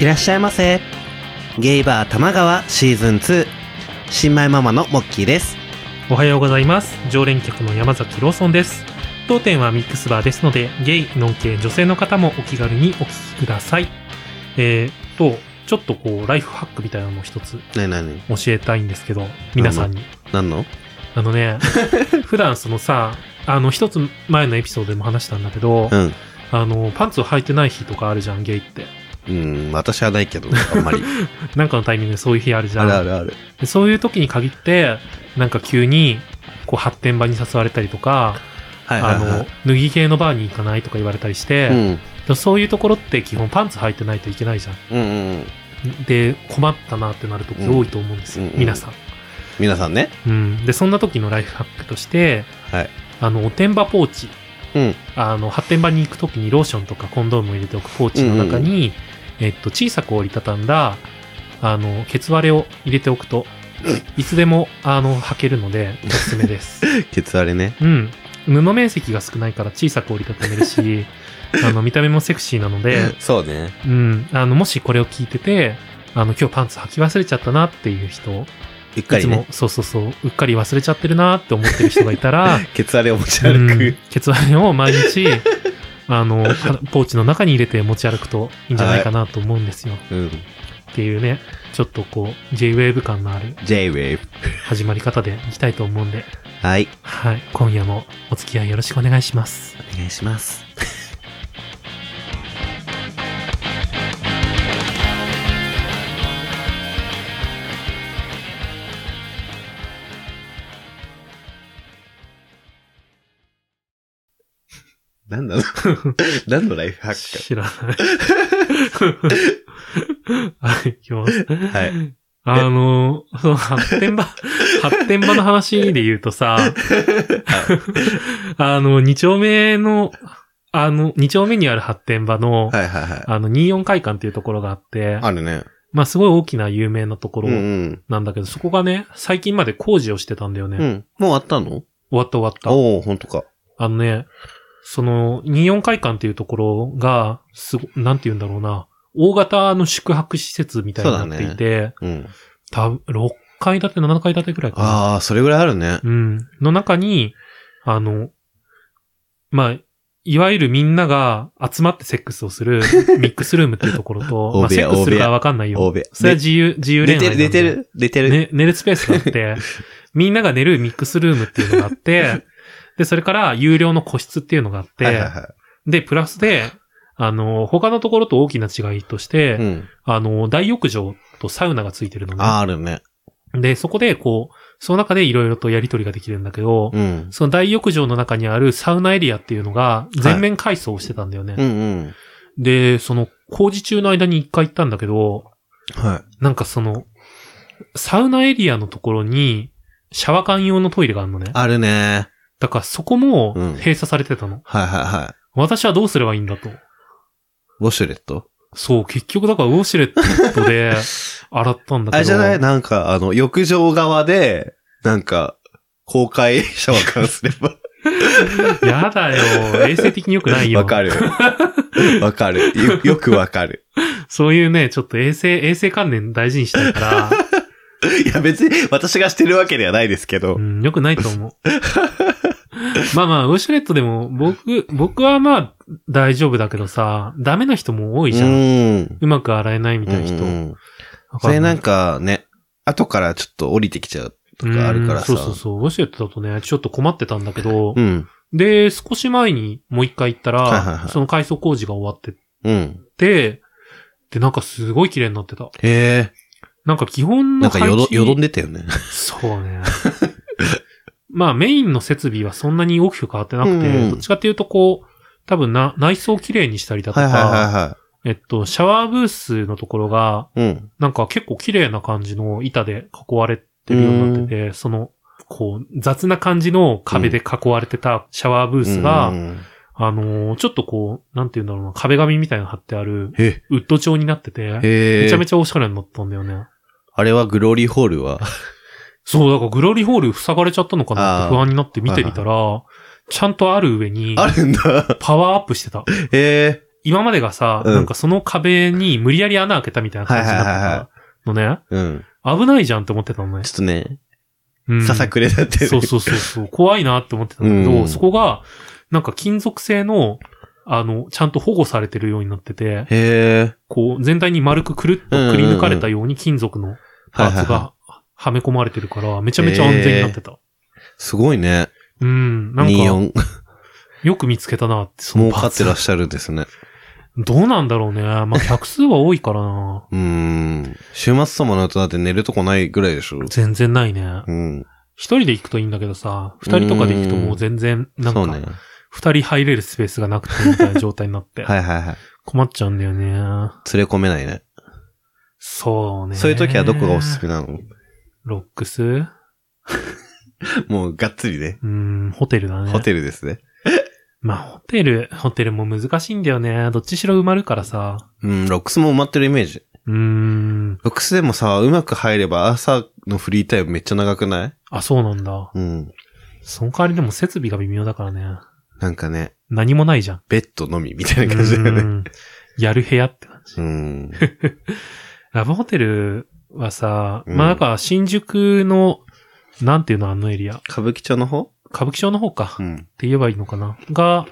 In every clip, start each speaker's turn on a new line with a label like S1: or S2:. S1: いらっしゃいませ。ゲイバー玉川シーズン2。新米ママのモッキーです。
S2: おはようございます。常連客の山崎ローソンです。当店はミックスバーですので、ゲイ、ノン系、女性の方もお気軽にお聞きください。えー、と、ちょっとこう、ライフハックみたいなのも一つ
S1: なになに
S2: 教えたいんですけど、皆さんに。
S1: なんの
S2: あのね、 普段そのさ、あの、一つ前のエピソードでも話したんだけど、
S1: うん。
S2: あの、パンツを履いてない日とかあるじゃん、ゲイって。
S1: うん、私はないけど、あんまり。
S2: なんかのタイミングでそういう日あるじゃん。
S1: る ある。
S2: でそういう時に限って、なんか急に、こう、発展場に誘われたりとか、
S1: はいはいは
S2: あの、脱ぎ系のバーに行かないとか言われたりして、
S1: い。うん。
S2: でそういうところって基本パンツ履いてないといけないじゃん。
S1: うんうんうん。
S2: で、困ったなってなる時多いと思うんですよ、
S1: うんうんうん
S2: 皆さん。
S1: 皆さんね。
S2: うん。で、そんな時のライフハックとして、
S1: はい。
S2: あの、おてんばポーチ。
S1: うん。
S2: あの、発展場に行く時にローションとかコンドームを入れておくポーチの中に、えっと、小さく折りたたんだ、あの、ケツ割れを入れておく と、いつでも、あの、履けるので、おすすめです。
S1: ケツあれね。
S2: うん。布面積が少ないから小さく折りたためる し、あの、見た目もセクシーなので、
S1: そうね。
S2: うん。あの、もしこれを聞いてて、あの、今日パンツ履き忘れちゃったなっていう人、
S1: うっか
S2: いつ
S1: り
S2: も、
S1: ね。
S2: そうそうそう、うっかり忘れちゃってるなって思ってる人がい たら、
S1: ケツあれを持ち
S2: う
S1: 歩
S2: ん
S1: く。、
S2: ケツ割れを毎日、あの、はポーチの中に入れて持ち歩くといいんじゃないかなと思うんですよ。
S1: うん。
S2: っていうね、ちょっとこう、J-Wave 感のある
S1: J-Wave。
S2: 始まり方でいきたいと思うんで、
S1: はい。
S2: はい。今夜もお付き合いよろしくお願いします。
S1: お願いします。なんだろう何のライフハック
S2: 知らない。はい、いきます。
S1: か。はい。
S2: あの、その発 展場、発展場の話で言うとさ、 あの、二丁目の、あの、二丁目にある発展場の、
S1: はいはいはい。
S2: あの、24会館っていうところがあって、
S1: あるね。
S2: まあ、すごい大きな有名なとこ
S1: う
S2: ろ
S1: んうん。
S2: なんだけど、そこがね、最近まで工事をしてたんだよね。
S1: うん。もうあったの
S2: 終わった終わった。
S1: おおほんとか。
S2: あのね、その、24会館っていうところが、すご、なんて言うんだろうな、大型の宿泊施設みたいになっていて、
S1: うん。
S2: 多分6階建て、7階建てくらいかな。
S1: ああ、それぐらいあるね。
S2: うん。の中に、あの、まあ、いわゆるみんなが集まってセックスをするミックスルームっていうところ と、
S1: 大
S2: まあ、
S1: 部
S2: セ
S1: 屋
S2: ックスするかわかんない
S1: 大
S2: よ。
S1: 部屋。
S2: それは自由、自由恋
S1: 寝
S2: 愛
S1: て
S2: なん
S1: る、寝
S2: で。
S1: てる、寝てる。
S2: ね、寝るスペースが あって、みんなが寝るミックスルームっていうのがあって、で、それから有料の個室っていうのがあって、
S1: はいはいは
S2: で、プラスで、あの、他のところと大きな違いとして、
S1: い。うん。
S2: あの、大浴場とサウナがついてるのね。
S1: あーあるね。
S2: で、そこで、こう、その中でいろいろとやりとりができるんだけど、
S1: うん。
S2: その大浴場の中にあるサウナエリアっていうのが全面改装をしてたんだよね。
S1: うんうん。
S2: で、その工事中の間に一回行ったんだけど、
S1: はい。
S2: なんかその、サウナエリアのところにシャワー缶用のトイレがあるのね。
S1: あるね。
S2: だからそこも
S1: うん
S2: 閉鎖されてたの。
S1: はいはいはい。
S2: 私はどうすればいいんだと。
S1: ウォシュレット
S2: そう、結局だからウォシュレッ トで洗ったんだけど。
S1: あれじゃないなんか、あの、浴場側で、なんか、公開シャワー感すれば。
S2: やだよ。衛生的に良くないよ。
S1: わ かる。わかる。よよくわかる。
S2: そういうね、ちょっと衛生、衛生観念大事にしたいから、
S1: いや、別に私がしてるわけではないですけど
S2: う。ん、良くないと思う。 まあまあ、ウォシュレットでも、僕、僕はまあ、大丈夫だけどさ、ダメな人も多いじゃん。う
S1: うん。
S2: まく洗えないみたいな
S1: う
S2: 人。
S1: んうんうん
S2: だ
S1: そ
S2: ら
S1: れなんかね、後からちょっと降りてきちゃうとかあるからさ。
S2: うんそうそうそう。ウォシュレットだとね、ちょっと困ってたんだけど、
S1: うん。
S2: で、少し前にもう一回行ったら、
S1: はいはいはい
S2: その改装工事が終わって
S1: うん。
S2: て、で、なんかすごい綺麗になってた。
S1: へえ。
S2: なんか基本
S1: な
S2: の
S1: んかよど、
S2: 配置
S1: よどんでたよね。
S2: そうね。 まあメインの設備はそんなに大きく変わってなくて、
S1: うん
S2: どっちかっていうとこう、多分な、内装を綺麗にしたりだと
S1: はい
S2: か、
S1: はいは
S2: えっと、シャワーブースのところが、
S1: いはい。うん。
S2: なんか結構綺麗な感じの板で囲われてるようになってて、その、こう、雑な感じの壁で囲われてたシャワーブースが、
S1: うん
S2: あのーちょっとこう、なんて言うんだろうな、壁紙みたいなの貼ってある、
S1: へ
S2: ウッド調になってて、
S1: へえ。
S2: めちゃめ
S1: ちゃ。
S2: ちゃおしゃれになったんだよね。
S1: あれはグローリーホールは。
S2: そう、だからグロリーホール塞がれちゃったのかなって不安になって見てみたら、ちゃんとある上に、
S1: あるんだ。
S2: パワーアップしてた。
S1: へえ。
S2: 今までがさ、
S1: うん
S2: なんかその壁に無理やり穴開けたみたいな感じだっ
S1: はいはいはい
S2: た
S1: は
S2: のね。
S1: うん。
S2: 危ないじゃんって思ってたのね
S1: ちょ。っとね、
S2: うん
S1: ささくれだってる。
S2: そうそうそうそう。怖いなって思ってたんだけど、
S1: うん
S2: そこが、なんか金属製の、あの、ちゃんと保護されてるようになってて、
S1: へえ。
S2: こう、全体に丸くくるっとくり抜かれたように金属のパーツがはめ込まれてるから、めちゃめちゃ安全になってた。
S1: い。すごいね。
S2: うん、なんか、
S1: 24、
S2: よく見つけたなって、その
S1: 儲
S2: パ
S1: か
S2: ー
S1: って
S2: ツ
S1: らっ。しゃるですね。
S2: どうなんだろうね。まあ、客数は多いからな。
S1: うーん。週末ともなるとだって寝るとこないぐらいでしょ。
S2: 全然ないね
S1: う。ん。
S2: 一人で行くといいんだけどさ、二人とかで行くともう全然、なん
S1: そう
S2: か
S1: ね。、
S2: 二人入れるスペースがなくてみたいな状態になって、
S1: はいはいはい。
S2: 困っちゃうんだよね。
S1: 連れ込めないね。
S2: そうね。
S1: そういう時はどこがおすすめなの
S2: ロックス
S1: もうがっつりね。
S2: うん、ホテルだね。
S1: ホテルですね。
S2: まあ、ホテル、ホテルも難しいんだよね。どっちしろ埋まるからさ。
S1: うん、ロックスも埋まってるイメージ。
S2: うーん。
S1: ロックスでもさ、うまく入れば朝のフリータイムめっちゃ長くない
S2: あ、そうなんだ。
S1: うん。
S2: その代わりでも設備が微妙だからね。
S1: なんかね、
S2: 何もないじゃん。
S1: ベッドのみみたいな感じだよ
S2: う
S1: ね。
S2: んやる部屋って感じ。
S1: うん。
S2: ラブホテルはさ、
S1: うん
S2: まあなんか新宿の、なんていうのあのエリア。
S1: 歌舞伎町の方
S2: 歌舞伎町の方か。
S1: う
S2: っ
S1: ん。
S2: て言えばいいのかな。が、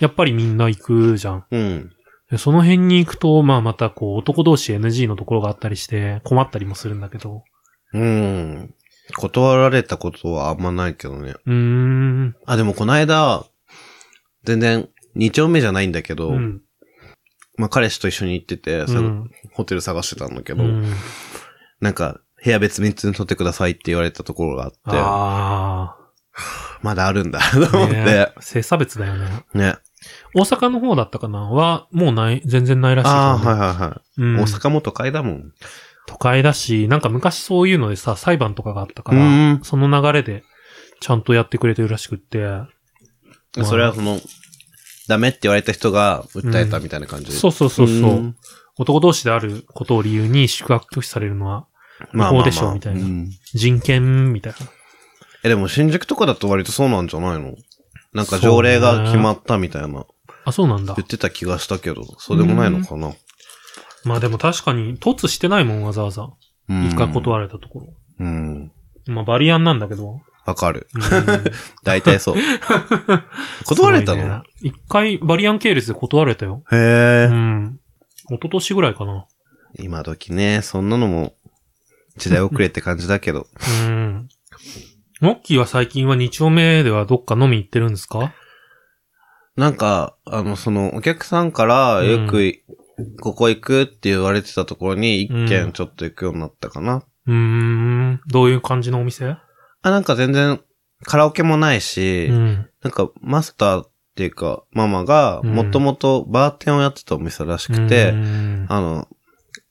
S2: やっぱりみんな行くじゃん。
S1: うん。
S2: でその辺に行くと、まあまたこう男同士 NG のところがあったりして困ったりもするんだけど。
S1: うん。断られたことはあんまないけどね。
S2: うーん。
S1: あ、でもこの間、全然、二丁目じゃないんだけど、
S2: うん。
S1: まあ彼氏と一緒に行ってて、さ
S2: うん
S1: ホテル探してたんだけ
S2: う
S1: ど、
S2: ん。
S1: なんか、部屋別々に取ってくださいって言われたところがあって、
S2: あ
S1: まだあるんだ と思
S2: あ。
S1: って、
S2: ね
S1: ね。
S2: 性差別だよね。大阪の方だったかなは、もうない、全然ないらしいけどね、
S1: ああ、はいはいはい。
S2: うん
S1: 大阪も都会だもん。
S2: 都会だし、なんか昔そういうのでさ、裁判とかがあったから、
S1: うん
S2: その流れで、ちゃんとやってくれてるらしくって、うん
S1: それはその、ダメって言われた人が訴えたみたいな感じ。
S2: そうそうそうそう、男同士であることを理由に宿泊拒否されるのは
S1: まあまあまあ
S2: 不法でしょみたいな
S1: うん
S2: 人権みたいな。
S1: え、でも新宿とかだと割とそうなんじゃないのなんか条例が決まったみたいな、
S2: あ、そうなんだ
S1: 言。ってた気がしたけど、そうでもないのかな。
S2: まあでも確かに、突してないもん、わざわざ。
S1: うん
S2: 一回断られたところ。
S1: うん。
S2: まあバリアンなんだけど。
S1: わかる。
S2: うん
S1: 大体 そう。 断られた
S2: すごい
S1: の、
S2: ね一回バリアン系列で断られたよ。う
S1: へえ。
S2: ん。一昨年ぐらいかな。
S1: 今時ね、そんなのも、時代遅れって感じだけど。
S2: うん。モッキーは最近は2丁目ではどっか飲み行ってるんですか
S1: なんか、あの、その、お客さんから、よくい、ここ行くって言われてたところに、一
S2: うん
S1: 軒ちょっと行くようになったかな。
S2: うーん。どういう感じのお店
S1: あ、なんか全然、カラオケもないし、
S2: うん。
S1: なんか、マスターっていうか、ママが、
S2: うん
S1: もともとバーテンをやってたお店らしく
S2: う
S1: て、
S2: ん。
S1: あの、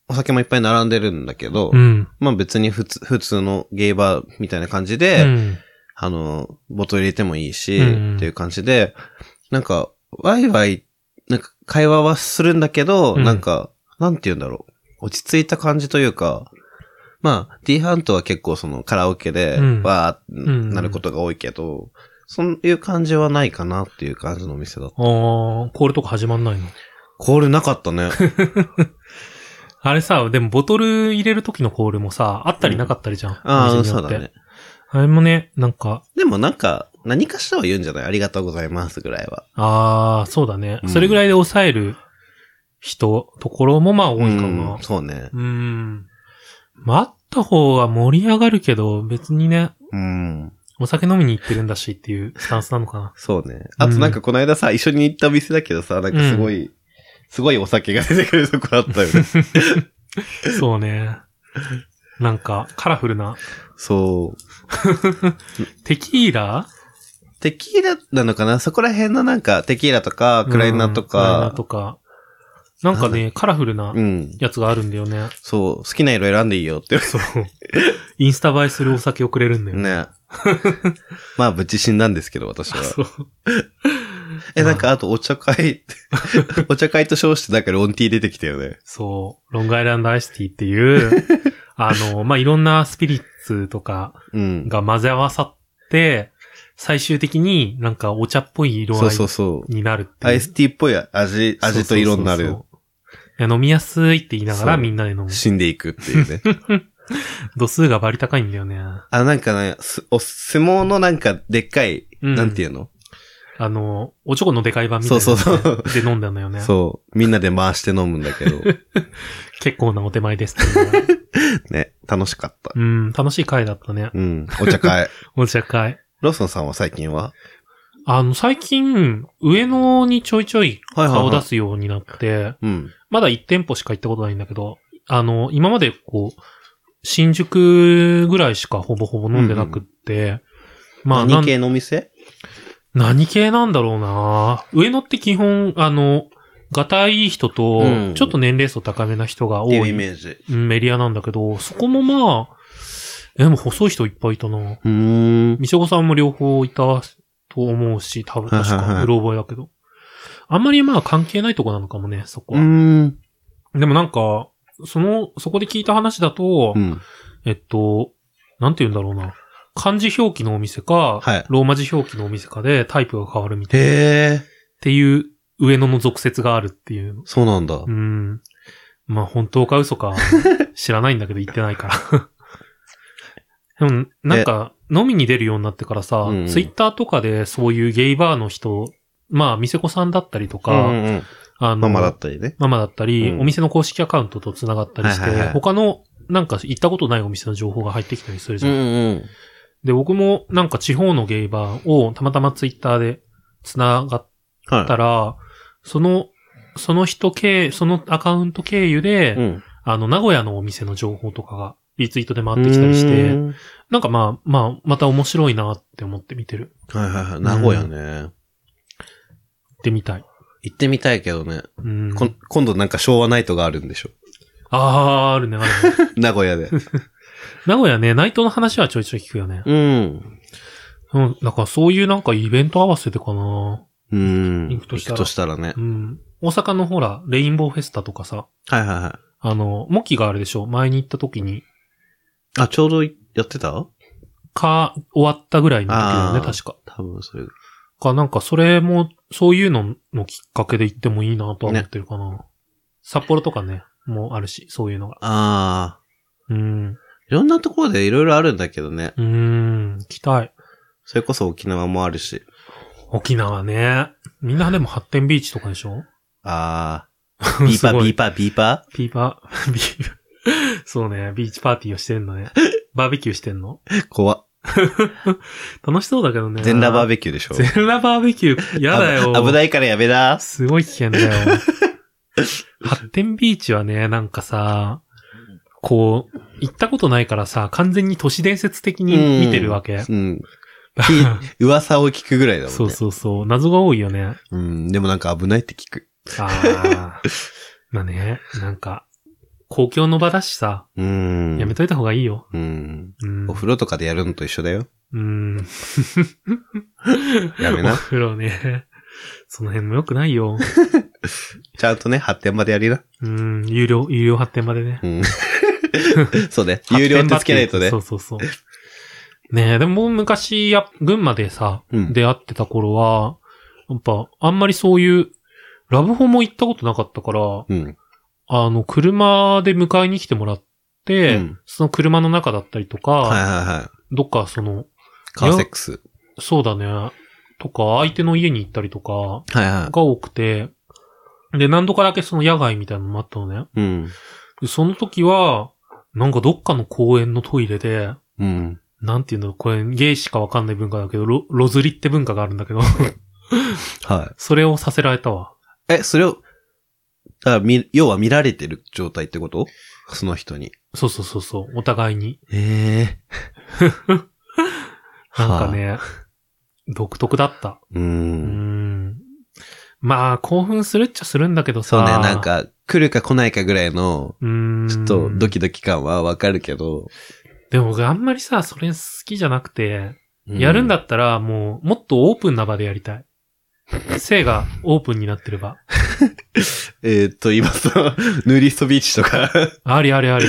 S1: お酒もいっぱい並んでるんだけど、
S2: うん。
S1: まあ別に普通、普通のゲイバーみたいな感じで、
S2: うん
S1: あの、ボトル入れてもいいし、
S2: うん
S1: っていう感じで、なんか、ワイワイ、なんか会話はするんだけど、
S2: うん
S1: なんか、なんて言うんだろう。落ち着いた感じというか、まあ、D ハントは結構そのカラオケで
S2: うん、
S1: わ
S2: ん
S1: ーってなることが多いけど、そういう感じはないかなっていう感じのお店だった。
S2: あーコールとか始まんないの
S1: コールなかった ね。
S2: あれさ、でもボトル入れる時のコールもさ、あったりなかったりじゃん。
S1: ああ、
S2: お店
S1: そ
S2: に
S1: う
S2: よっ
S1: だ
S2: て
S1: ね。。
S2: あれもね、なんか、
S1: でもなんか、何かしらは言うんじゃないありがとうございますぐらいは。
S2: ああ、そうだね、
S1: うん
S2: それぐらいで抑える人、ところもまあ多いか
S1: う。
S2: なん
S1: そうね。
S2: うん。まあ、あった方が盛り上がるけど、別にね、
S1: うん。。
S2: お酒飲みに行ってるんだしっていうスタンスなのかな
S1: そうね。あとなんかこの間さ、一緒に行った店だけどさ、なんかすごい、すごいお酒が出てくるとこあったよ ね。
S2: そうね。なんか、カラフルな。
S1: そう。
S2: テキーラ
S1: テキーラなのかなそこら辺のなんか、テキーラとか、クライナと
S2: うんクライナ
S1: か、
S2: とか。なんかね、カラフルな
S1: うん、
S2: やつがあるんだよ ね。
S1: そう、好きな色選んでいいよって。
S2: そう。インスタ映えするお酒をくれるんだよね。
S1: ね。まあ、ぶち死んだんですけど、私
S2: あ
S1: は。
S2: そう。
S1: え、なんか、あと、お茶会、 お茶会と称して、なんか、ロンティー出てきたよね。
S2: そう。ロングアイランドアイスティーっていう、 あの、まあ、いろんなスピリッツとか
S1: うん。
S2: が混ぜ合わさって、最終的になんかお茶っぽい色
S1: そ
S2: 合
S1: うそう
S2: い
S1: そう。
S2: になるって
S1: ア
S2: いう
S1: イスティーっぽい味、味と色にな
S2: そう
S1: る
S2: そう。そうそういや飲みやすいって言いながら
S1: そう
S2: みんなで飲む。
S1: 死んでいくっていうね。
S2: 度数がバリ高いんだよね。
S1: あ、なんかね、すお相撲のなんかでっかい、
S2: うん
S1: なんていうの
S2: あの、おちょこのでかい版みたいな
S1: そうそうそ
S2: のでで飲んだのよね。
S1: そう。みんなで回して飲むんだ けど。
S2: 結構なお手前ですっていうのは。
S1: ね。楽しかった。
S2: うん、楽しい回だったね。
S1: うん。お茶 会。
S2: お茶会。
S1: ローソンさんは最近は
S2: あの、最近、上野にちょいちょい
S1: はいはいはい
S2: 顔出すようになって、
S1: うん。
S2: まだ1店舗しか行ったことないんだけど、あの、今までこう、新宿ぐらいしかほぼほぼ飲んでなくって、まあ、な
S1: 何
S2: ん
S1: 系のお店
S2: 何系なんだろうな上野って基本、あの、がたいい人と
S1: う、ん
S2: ちょっと年齢層高めな人が
S1: っ
S2: 多
S1: ていう
S2: い、
S1: イメージ。
S2: うんエリアなんだけど、そこもまあ、えでも細い人いっぱいいたな。
S1: うーん。
S2: みしごさんも両方いたと思うし、多分確
S1: はいはいは
S2: か、
S1: いう
S2: ろ覚えだけど。あんまりまあ関係ないとこなのかもね、そこ
S1: う
S2: は。
S1: ーん。
S2: でもなんか、その、そこで聞いた話だと、
S1: うん。
S2: えっと、なんて言うんだろうな。漢字表記のお店か、
S1: はい
S2: ローマ字表記のお店かでタイプが変わるみたい。っ
S1: へえ、
S2: ていう上野の俗説があるっていう。
S1: そうなんだ
S2: う。ん。まあ本当か 嘘か知らないんだけど言ってないから。で もなんか飲みに出るようになってからさ、
S1: うん
S2: ツイッターとかでそういうゲイバーの人、まあ店子さんだったりと
S1: う
S2: か、
S1: んうん
S2: あの、
S1: ママだったりね。
S2: ママだったり、
S1: うん
S2: お店の公式アカウントと繋がったりして、
S1: はいはいはい
S2: 他のなんか行ったことないお店の情報が入ってきたりするじゃん。
S1: うん。
S2: で、僕もなんか地方のゲイバーをたまたまツイッターで繋がっ
S1: は
S2: たら、その、その人経由、そのアカウント経由で、
S1: い。ん。
S2: あの、名古屋のお店の情報とかがリツイートで回ってきたりして、
S1: う
S2: なんかまあ、まあ、また面白いなって思って見てる。
S1: ーん。はいはいはい。名古屋ね。
S2: 行ってみたい。
S1: 行ってみたいけどね。
S2: うん。
S1: こん今度なんか昭和ナイトがあるんでしょ。
S2: あー、あるね、あるね。
S1: 名古屋で。
S2: 名古屋ね、内藤の話はちょいちょい聞くよね。
S1: うん。
S2: うん、なんかそういうなんかイベント合わせてかな
S1: うん。
S2: 行くとしたら
S1: 行くとしたらね
S2: う。ん。大阪のほら、レインボーフェスタとかさ、
S1: はいはいはい。
S2: あの、モキがあれでしょ前に行った時に、
S1: あ、ちょうどいやってた
S2: か、終わったぐらいの時だよね、
S1: あー
S2: 確か。
S1: 多分それ。
S2: か、なんかそれも、そういうののきっかけで行ってもいいなとは思ってるかな、札幌とかね、もうあるし、そういうのが。
S1: ああ。
S2: うん。
S1: いろんなところでいろいろあるんだけどね。
S2: うーん、行きたい。
S1: それこそ沖縄もあるし。
S2: 沖縄ね。みんなでも発展ビーチとかでしょ
S1: ああ。ビー
S2: す
S1: パ
S2: ごい
S1: ビーパビーパ
S2: ビーバー、ビーバー、 そうね、ビーチパーティーをしてんのね。バーベキューしてんの
S1: 怖っ。
S2: 楽しそうだけどね。
S1: 全裸バー
S2: ベ
S1: ベキューでしょ
S2: キュー。全裸バーベキュー、やだよ。
S1: 危危
S2: い。
S1: ないからやめな。
S2: すごい危険だよ。発展ビーチはね、なんかさ、こう、行ったことないからさ、完全に都市伝説的に見てるわけ。
S1: うん。 き噂を聞くぐらいだもんね。
S2: そうそうそう。謎が多いよね。
S1: うん。でもなんか危ないって聞く。
S2: ああ。まあね、なんか、公共の場だしさ、
S1: うん。
S2: やめといた方がいいよ。
S1: うん。
S2: うん
S1: お。風呂とかでやるのと一緒だよ。
S2: うん。
S1: やめな
S2: お風呂ね。その辺も良くないよ。
S1: ちゃんとね、発展場でやりな。
S2: うん、有料、有料発展場でね。
S1: うん。そうね。有料ってつけないとね
S2: そ。うそうそう。ねえ、でも昔や、群馬でさ、
S1: うん。
S2: 出会ってた頃は、やっぱ、あんまりそういう、ラブホも行ったことなかったから、
S1: うん。
S2: あの、車で迎えに来てもらって、
S1: うん
S2: その車の中だったりとか、
S1: はいはいはい。
S2: どっかその、
S1: カーセックス。
S2: そうだね、とか、相手の家に行ったりとか、
S1: はいは
S2: が多くて、で、何度かだけその野外みたいなのもあったのね。
S1: い。うん。
S2: でその時は、なんかどっかの公園のトイレで、
S1: うん。
S2: なんていうの、これ、ゲイしかわかんない文化だけど、ロ、ロズリって文化があるんだけど、
S1: は
S2: それをさせられたわ。
S1: い。え、それを、あ、み、要は見られてる状態ってことその人に。
S2: そうそうそうそう、お互いに。
S1: ええ。
S2: なんかね、独特だった。
S1: う。
S2: うんん。まあ、興奮するっちゃするんだけどさ。
S1: そうね、なん。か、来るか来ないかぐらいの、
S2: うん。
S1: ちょっとドキドキ感はわかるけど。
S2: でも、あんまりさ、それ好きじゃなくて、やるんだったら、もう、もっとオープンな場でやりた い。性がオープンになってれば。
S1: えーっと、今さ、 ヌーリストビーチとか。
S2: ありあり あり。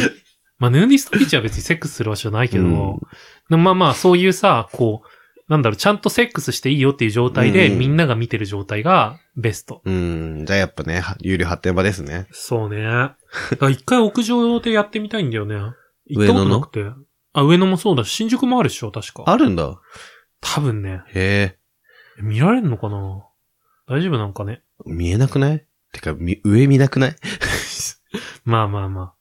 S2: まあ、ヌーディストビーチは別にセックスする場所じゃないけど、
S1: うん
S2: でもまあまあ、そういうさ、こう、なんだろう、ちゃんとセックスしていいよっていう状態で、
S1: うんうん
S2: みんなが見てる状態がベスト。
S1: うん。じゃあやっぱね、は有料発展場ですね。
S2: そう ね。だから一回屋上でやってみたいんだよね。行ったことなくて。あ、上野もそうだし、新宿もあるでしょ、確か。
S1: あるんだ。
S2: 多分ね。
S1: へえ。
S2: 見られんのかな大丈夫なんかね。
S1: 見えなくないてか、み上見なくない
S2: まあまあま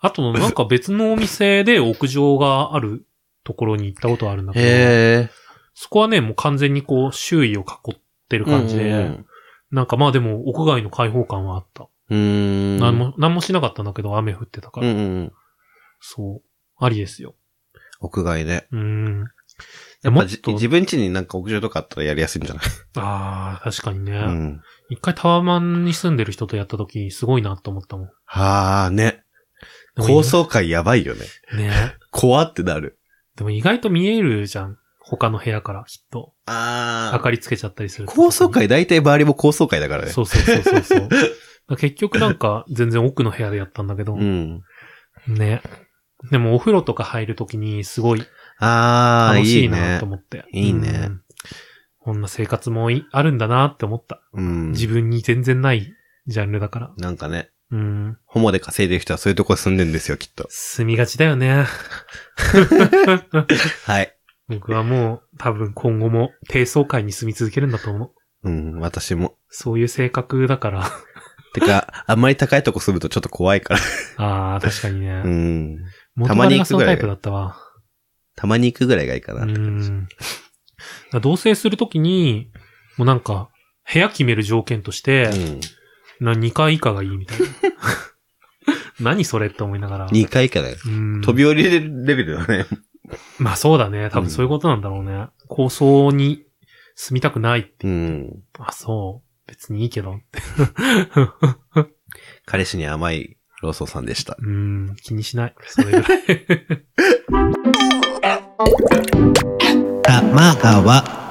S2: あ。あと、なんか別のお店で屋上があるところに行ったことあるんだ けど。
S1: へえ。
S2: そこはね、もう完全にこう、周囲を囲ってる感じで、
S1: うん
S2: なんかまあでも、屋外の開放感はあった。
S1: うん。うーん。
S2: なんも、なんもしなかったんだけど、雨降ってたか
S1: うん
S2: ら。
S1: うんうん。
S2: そう。ありですよ。
S1: 屋外で。
S2: うん。
S1: やっ
S2: も
S1: ぱ
S2: っ
S1: じ
S2: と、
S1: 自分家になんか屋上とかあったらやりやすいんじゃない
S2: ああ、確かにね。
S1: うん。
S2: 一回タワマンに住んでる人とやった時、すごいなと思ったもん。
S1: はあ、ね。
S2: でも
S1: 高層階やばいよね。
S2: ね。
S1: 怖ってなる。
S2: でも意外と見えるじゃん。他の部屋から、きっと。
S1: あ
S2: 明かりつけちゃったりすると。
S1: 高層階、大体周りも高層階だからね。
S2: そうそうそうそうそう。だ から結局なんか、全然奥の部屋でやったんだけど、
S1: うん。
S2: ね。でもお風呂とか入るときにすごい
S1: ああ、い
S2: 楽し
S1: い
S2: いな
S1: ね
S2: と。思って。
S1: いいね
S2: うんこんな生活もいあるんだなって思った。
S1: うん。
S2: 自分に全然ないジャンルだから。
S1: なんかね、
S2: うん。
S1: ホモで稼いでる人はそういうとこ住んでんですよ、きっと。
S2: 住みがちだよね。
S1: はい。
S2: 僕はもう多分今後も低層階に住み続けるんだと思
S1: う
S2: う。
S1: ん、私も。
S2: そういう性格だから。
S1: てか、あんまり高いとこ住むとちょっと怖い から。
S2: ああ、確かにね。
S1: うん。
S2: 元
S1: たま
S2: 々
S1: に行
S2: が
S1: く
S2: そ
S1: ぐ
S2: の
S1: らい
S2: タイプだったわ。
S1: たまに行くぐらいがいいかなって感じ。
S2: うん。だから同棲するときに、もうなんか、部屋決める条件として、
S1: うん。
S2: な、2階以下がいいみたいな。何それって思いながら。
S1: 2回かね。
S2: うん。
S1: 飛び降りれるレベルだね。
S2: まあそうだね。多分そういうことなんだろうね。高層に住みたくない。
S1: うん。
S2: あ、そう。別にいいけど。
S1: 彼氏に甘いローソンさんでした。
S2: うん、気にしない。それぐらい。
S1: 玉川。